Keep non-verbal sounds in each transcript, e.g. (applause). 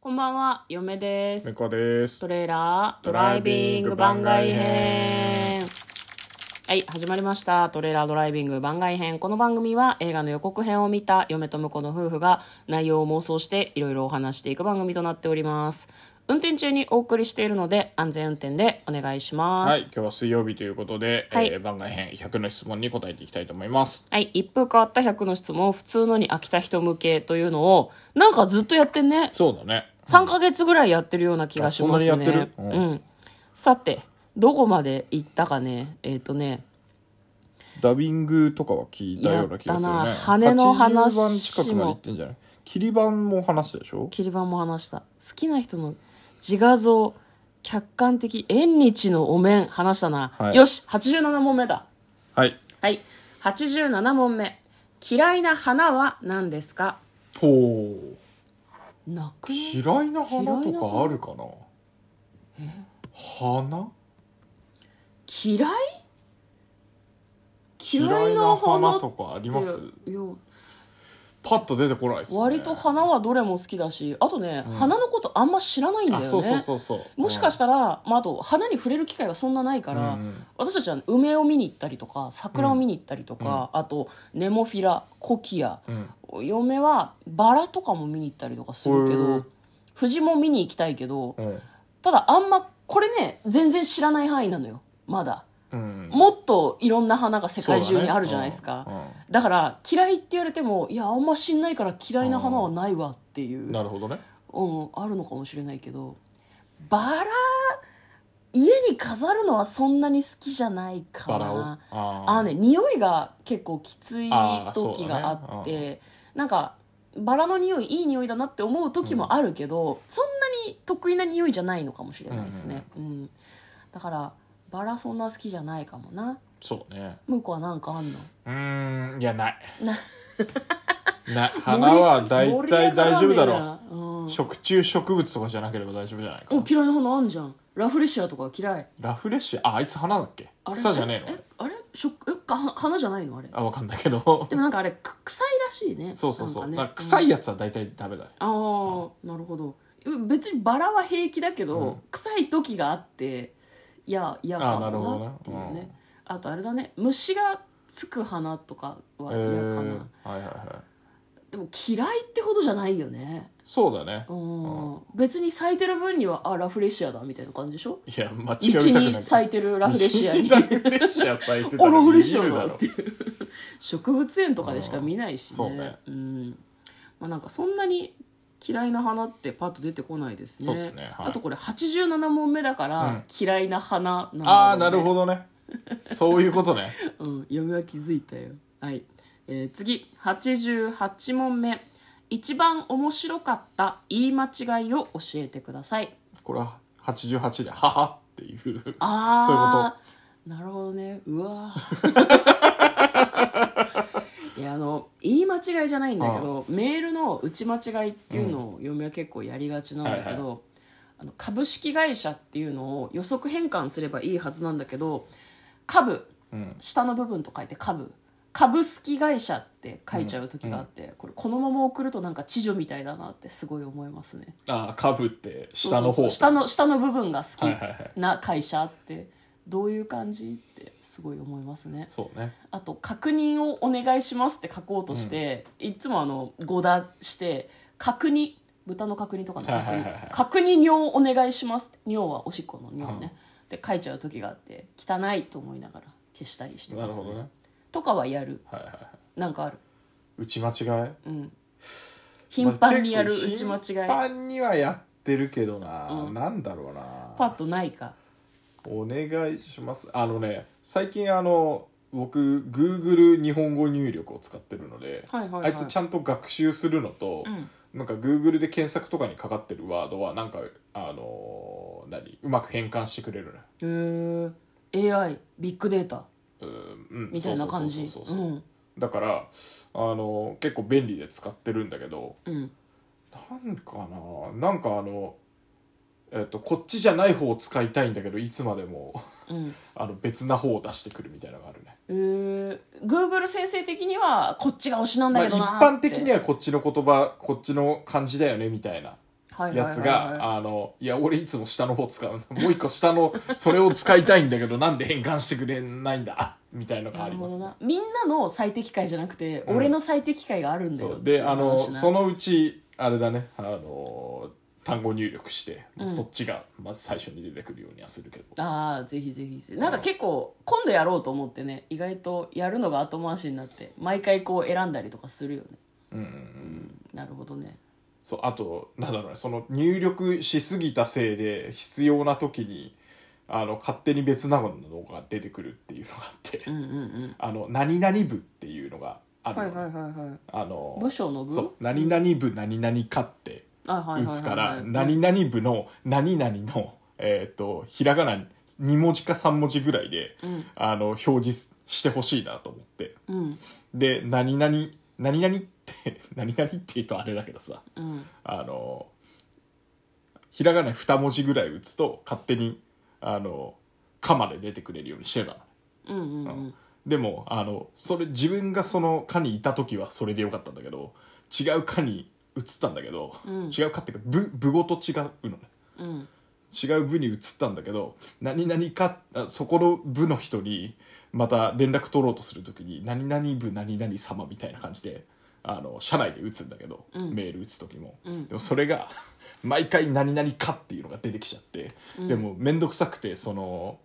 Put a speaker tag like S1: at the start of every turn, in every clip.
S1: こんばんは、嫁です。
S2: 猫です
S1: ト。レーラードライビング番外編。はい、始まりました。トレーラードライビング番外編。この番組は映画の予告編を見た嫁と婿の夫婦が内容を妄想していろいろお話していく番組となっております。運転中にお送りしているので安全運転でお願いします。
S2: はい、今日は水曜日ということで、
S1: はい
S2: えー番外編100の質問に答えていきたいと思います。
S1: はい、一風変わった100の質問、普通のに飽きた人向けというのを、なんかずっとやってんね。
S2: そうだね。
S1: 3ヶ月ぐらいやってるような気がしますね。
S2: あそんなにやってる
S1: う、
S2: うんん
S1: さて、どこまで行ったかね。えっ、とね、
S2: ダビングとかは聞いたような気がするね。
S1: やったな羽の話も
S2: 80番近くまで行ってんじゃない切り板も話したでしょ
S1: キリバンも話した。好きな人の自画像、客観的、縁日のお面、話したな。
S2: はい
S1: よし、87問目だ。
S2: はい。
S1: はい、87問目。嫌いな花は何ですか
S2: ほう。
S1: なくね
S2: 嫌いな花と
S1: 嫌いな花
S2: かあるかな花
S1: 嫌い嫌いな花
S2: 嫌いな花とかあります
S1: っていや
S2: パッと出てこないです、ね。
S1: 割と花はどれも好きだしあとね、
S2: うん
S1: 花のことあんま知らないんだよね
S2: あ、そうそうそうそう。
S1: もしかしたたら、まあ、あと花に触れる機会がそんなないから、
S2: うん
S1: 私たちは梅を見に行ったりとか桜を見に行ったりとか、あとネモフィラコキア
S2: うん。
S1: 嫁はバラとかも見に行ったりとかするけ
S2: へ
S1: ど
S2: ー
S1: 藤も見に行きたいけど
S2: うん。
S1: ただあんまこれね全然知らない範囲なのよまだ
S2: うん。
S1: もっといろんな花が世
S2: そうだ
S1: 界
S2: ね
S1: 中にあるじゃないですかだ,、
S2: うんうん
S1: から嫌いって言われてもいやあんま知んないから嫌いな花はないわっていう
S2: なるほどね。
S1: うん、あるのかもしれないけどバラ家に飾るのはそんなに好きじゃないか
S2: バラを。
S1: な
S2: あ
S1: あーね匂いが結構きつい
S2: あーそうだ
S1: 時
S2: ね
S1: があって、なんかバラの匂いいい匂いだなって思う時もあるけど、そんなに得意な匂いじゃないのかもしれないですね、うんだからバラそんな好きじゃないかもな
S2: そうね。
S1: 向こうはなんかあんの
S2: うーん、いや、ない。
S1: (laughs) な
S2: ない。花は大体大丈夫だろ
S1: う、うん
S2: う。、食虫植物とかじゃなければ大丈夫じゃないか
S1: お
S2: な。
S1: 嫌いな花あんじゃんラフレシアとか嫌い
S2: ラフレッシュ、あ、あいつ花だっけ
S1: あれ
S2: 草じゃねえ
S1: え
S2: の
S1: あれしょえか花じゃないのあれ
S2: あ、わかんないけど (laughs)
S1: で。もなんかあれく臭いらしいね
S2: そうそうそう。
S1: なん
S2: だ
S1: か
S2: か
S1: ね
S2: ら臭
S1: う
S2: い
S1: ん
S2: やつは大体ダメだね。
S1: ああなるほどう別にバラは平気だけど、
S2: うん
S1: 臭い時があっていや嫌か
S2: あーなるほ
S1: も
S2: ど
S1: な
S2: ね
S1: っていうねあ
S2: うん
S1: とあれだね虫がつく花とか
S2: え
S1: は嫌かな、
S2: ー、はいはいはい。
S1: でも嫌いってほどじゃないよね
S2: そうだね
S1: う。ん、別に咲いてる分にはあラフレシアだみたいな感じでしょ
S2: いや、間違
S1: 道
S2: いたくな
S1: に
S2: い。
S1: 咲いてるラフレシアに
S2: 道にラフレシア咲いてた
S1: オ
S2: ら
S1: ロフレシア
S2: 見る
S1: だ
S2: だろ
S1: っていう (laughs) 植物園とかでしか見ないしね
S2: うんそうね
S1: んまあ、なんかそんなに嫌いな花ってパッと出てこないですね
S2: そうっすねはい
S1: あとこれ87問目だから、
S2: うん
S1: 嫌いな花なんだろうね、
S2: ああ、なるほどね。そういうことね。
S1: うん、嫁は気づいたよはい、えー、次88問目一番面白かった言い間違いを教えてください
S2: これは88で、ははっていう。
S1: ああなるほどねうわー (laughs) いやあの言い間違いじゃないんだけどメールの打ち間違いっていうのを嫁は結構やりがちなんだけど、
S2: はい
S1: あの株式会社っていうのを予測変換すればいいはずなんだけど株
S2: うん。
S1: 下の部分と書いて株株式会社って書いちゃう時があって、これこのまま送るとなんか知女みたいだなってすごい思いますね
S2: ああ、かぶって、下の
S1: そうそうそう下
S2: 方。
S1: の下の部分が好
S2: はいはいは
S1: きな会社ってどういう感じってすごい思いますね
S2: そうね。
S1: あと「確認をお願いします」って書こうとして、いつもあの語だして「確認」豚の確認とかの確認、
S2: はいはいはいはい
S1: 確認尿お願いしますって尿はおしっこの尿ね、で書いちゃう時があって汚いと思いながら消したりして
S2: な
S1: ま
S2: る
S1: す、
S2: ほどね。
S1: とかはやる
S2: はいはいはい。
S1: なんかある
S2: 打ち間違い
S1: うん頻繁にやる打ち間違
S2: まあ
S1: い、
S2: 結構頻繁にはやってるけどな、
S1: うん
S2: なんだろうな
S1: パッとないか
S2: お願いしますあのね最近あの僕 Google 日本語入力を使ってるので、
S1: はいはいはい
S2: あいつちゃんと学習するのと、
S1: うん
S2: なんか Google で検索とかにかかってるワードはなんかあのー何うまく変換してくれるね
S1: へえ AI ビッグデータ
S2: うんうん
S1: みたいな感じ
S2: そう
S1: う
S2: そうそうそうそうんだからあの結構便利で使ってるんだけど
S1: うん
S2: なんかななんかあの、えっとこっちじゃない方を使いたいんだけどいつまでも (laughs)
S1: うん
S2: あの別な方を出してくるみたいなのがあるね、
S1: えー、Google 先生的にはこっちが推しなん
S2: ま
S1: だ
S2: あ、
S1: け
S2: 一
S1: どな、
S2: 般的に
S1: は
S2: はこっちの言葉こっちの感じだよねみたいな
S1: はいはい
S2: や
S1: はい
S2: つ
S1: はい
S2: が、あの、いや、俺いつも下の方使うの。もう一個下の、それを使いたいんだけど、なんで変換してくれないんだみたいのが
S1: な
S2: あ
S1: る
S2: り
S1: ほ
S2: ま
S1: ど
S2: す、ね
S1: な。みんなの最適解じゃなくて、
S2: うん
S1: 俺の最適解があるんだ
S2: そ
S1: よ
S2: う。で、あの、そ
S1: の
S2: のうち、あれだね、あの、単語入力して、もうそっちが、まず最初に出てくるようにはするけど。
S1: ああぜひぜひぜひなんか結構今度やろうと思ってね意外とやるのが後回しになって毎回こう選んだりとかするよね
S2: うんうんうん。
S1: なるほどね
S2: そう、あと、なんだろうね、その入力しすぎたせいで、必要な時に、あの、勝手に別なものが出てくるっていうのがあって、
S1: うんうんうん
S2: あの、何々部っていうのがあるのね、
S1: はいはい
S2: あの、
S1: 部署の部
S2: そう、何々部何々かって
S1: あはい
S2: 打
S1: はいはいはい
S2: つから、何々部の何々の、えっ、と、ひらがな2文字か3文字ぐらいで、
S1: うん
S2: あの、表示してほしいなと思って。
S1: うん
S2: で、何々、何々って、 (laughs) 何々って言うとあれだけどさ、
S1: うん
S2: あの、ひらがな2文字ぐらい打つと、勝手に、あの、かまで出てくれるようにしてたの。
S1: うんうんうん
S2: でもあのそれ自分がその課にいた時はそれでよかったんだけど違う課に移ったんだけど、
S1: うん
S2: 違う課っていうか部部ごと違うのね
S1: うん
S2: 違う部に移ったんだけど何々かあそこの部の人にまた連絡取ろうとする時に何々部何々様みたいな感じであの社内で打つんだけど、
S1: うん
S2: メール打つ時も、
S1: うん
S2: でもそれが (laughs) 毎回何々かっていうのが出てきちゃって、でも面倒くさくてその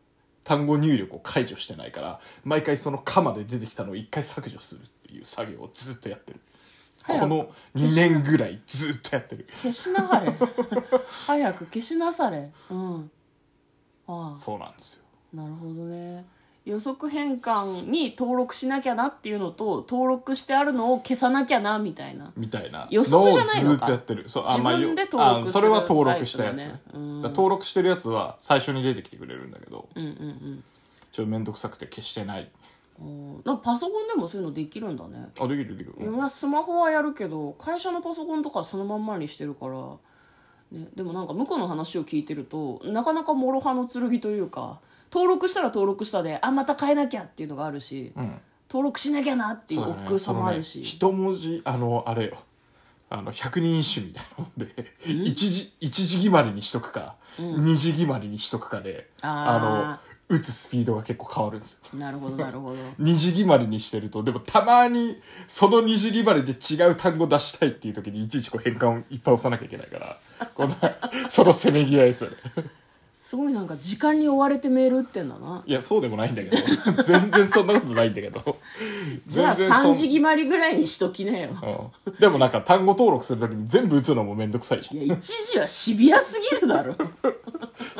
S2: 単語入力を解除してないから毎回その「か」まで出てきたのを一回削除するっていう作業をずっとやってる
S1: 早く
S2: この2年ぐらいずっとやってる
S1: 消しなはれ早く消しなされうんああ
S2: そうなんですよ
S1: なるほどね予測変換に登録しなきゃなっていうのと登録してあるのを消さなきゃなみたいな
S2: みたいな
S1: 予測じゃないのか
S2: をずっとやってるそうあまあ
S1: 自分で登録
S2: よあ
S1: する
S2: それは登録したやつ、
S1: タイプだねうん
S2: だから登録してるやつは最初に出てきてくれるんだけど
S1: うんうん
S2: ちょっと面倒くさくて消してない
S1: うんおーなんかパソコンでもそういうのできるんだね
S2: あできるできる、
S1: いやスマホはやるけど会社のパソコンとかそのまんまにしてるから、ね、でもなんか向こうの話を聞いてるとなかなか諸刃の剣というか登録したら登録したであまた変えなきゃっていうのがあるし、
S2: うん
S1: 登録しなきゃなっていう
S2: そうだね
S1: 億劫さもある
S2: その
S1: し、
S2: ね、一文字あのあれよあの百人一首みたいなもんで一字一字決まりにしとくか、二字決まりにしとくかで
S1: あー
S2: の打つスピードが結構変わるんですよ
S1: なるほどなるほど
S2: 二次決まりにしてるとでもたまにその二次決まりで違う単語出したいっていう時にいちいちこう変換をいっぱい押さなきゃいけな
S1: (laughs)
S2: いからこんなそのせめぎ合いですよね
S1: すごいなんか時間に追われてメール打ってんだない
S2: やそうでもないんだけど全然そんなことないんだけど
S1: じゃあ
S2: 全然そん
S1: 3時決まりぐらいにしときな
S2: (laughs)
S1: よ
S2: うんでもなんか単語登録するときに全部打つのもめんどくさいじゃ
S1: いや1時はシビアすぎるだろ
S2: ん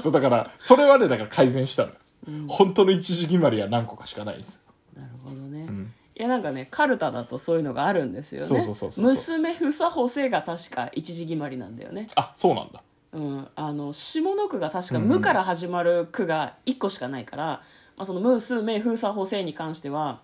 S2: そうだからそれはねだから改善したの、本当の一時決まりは何個かしかないんですよ
S1: なるほどね、いやなんかねカルタだとそういうのがあるんですよね
S2: そうそうそうそうそう
S1: 娘ふさほせが確か一時決まりなんだよね
S2: あそうなんだ
S1: うんあの下の句が確か「無」から始まる句が1個しかないから、まあ、その「ムースメフーサホセ」に関しては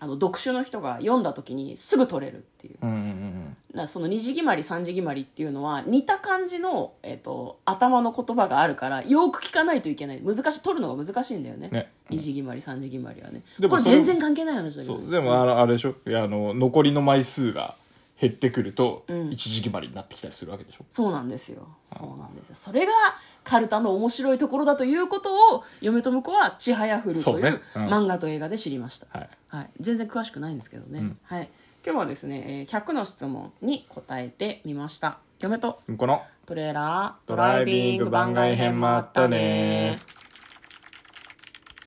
S1: あの読書の人が読んだ時にすぐ取れるっていう
S2: うんうんうん
S1: なその二次決まり三次決まりっていうのは似た感じの、えっと頭の言葉があるからよく聞かないといけない難しい取るのが難しいんだよね
S2: ね
S1: 二次決まり三次決まりはね
S2: でも
S1: これ
S2: それ
S1: 全然関係ない話だけど
S2: そうでもあのあれでしょいやあの残りの枚数が減ってくると一時決まりになってきたりするわけでしょ、
S1: そうなんですよそうなんですよそれがカルタの面白いところだということを嫁と婿は「ちはやふる」と
S2: そ
S1: いう
S2: うねうん
S1: 漫画と映画で知りました、
S2: はい
S1: はい、全然詳しくないんですけどね、
S2: ん
S1: はい、今日はですねえー100の質問に答えてみました嫁と
S2: この
S1: トレーラード
S2: ドライビング番外編もあったね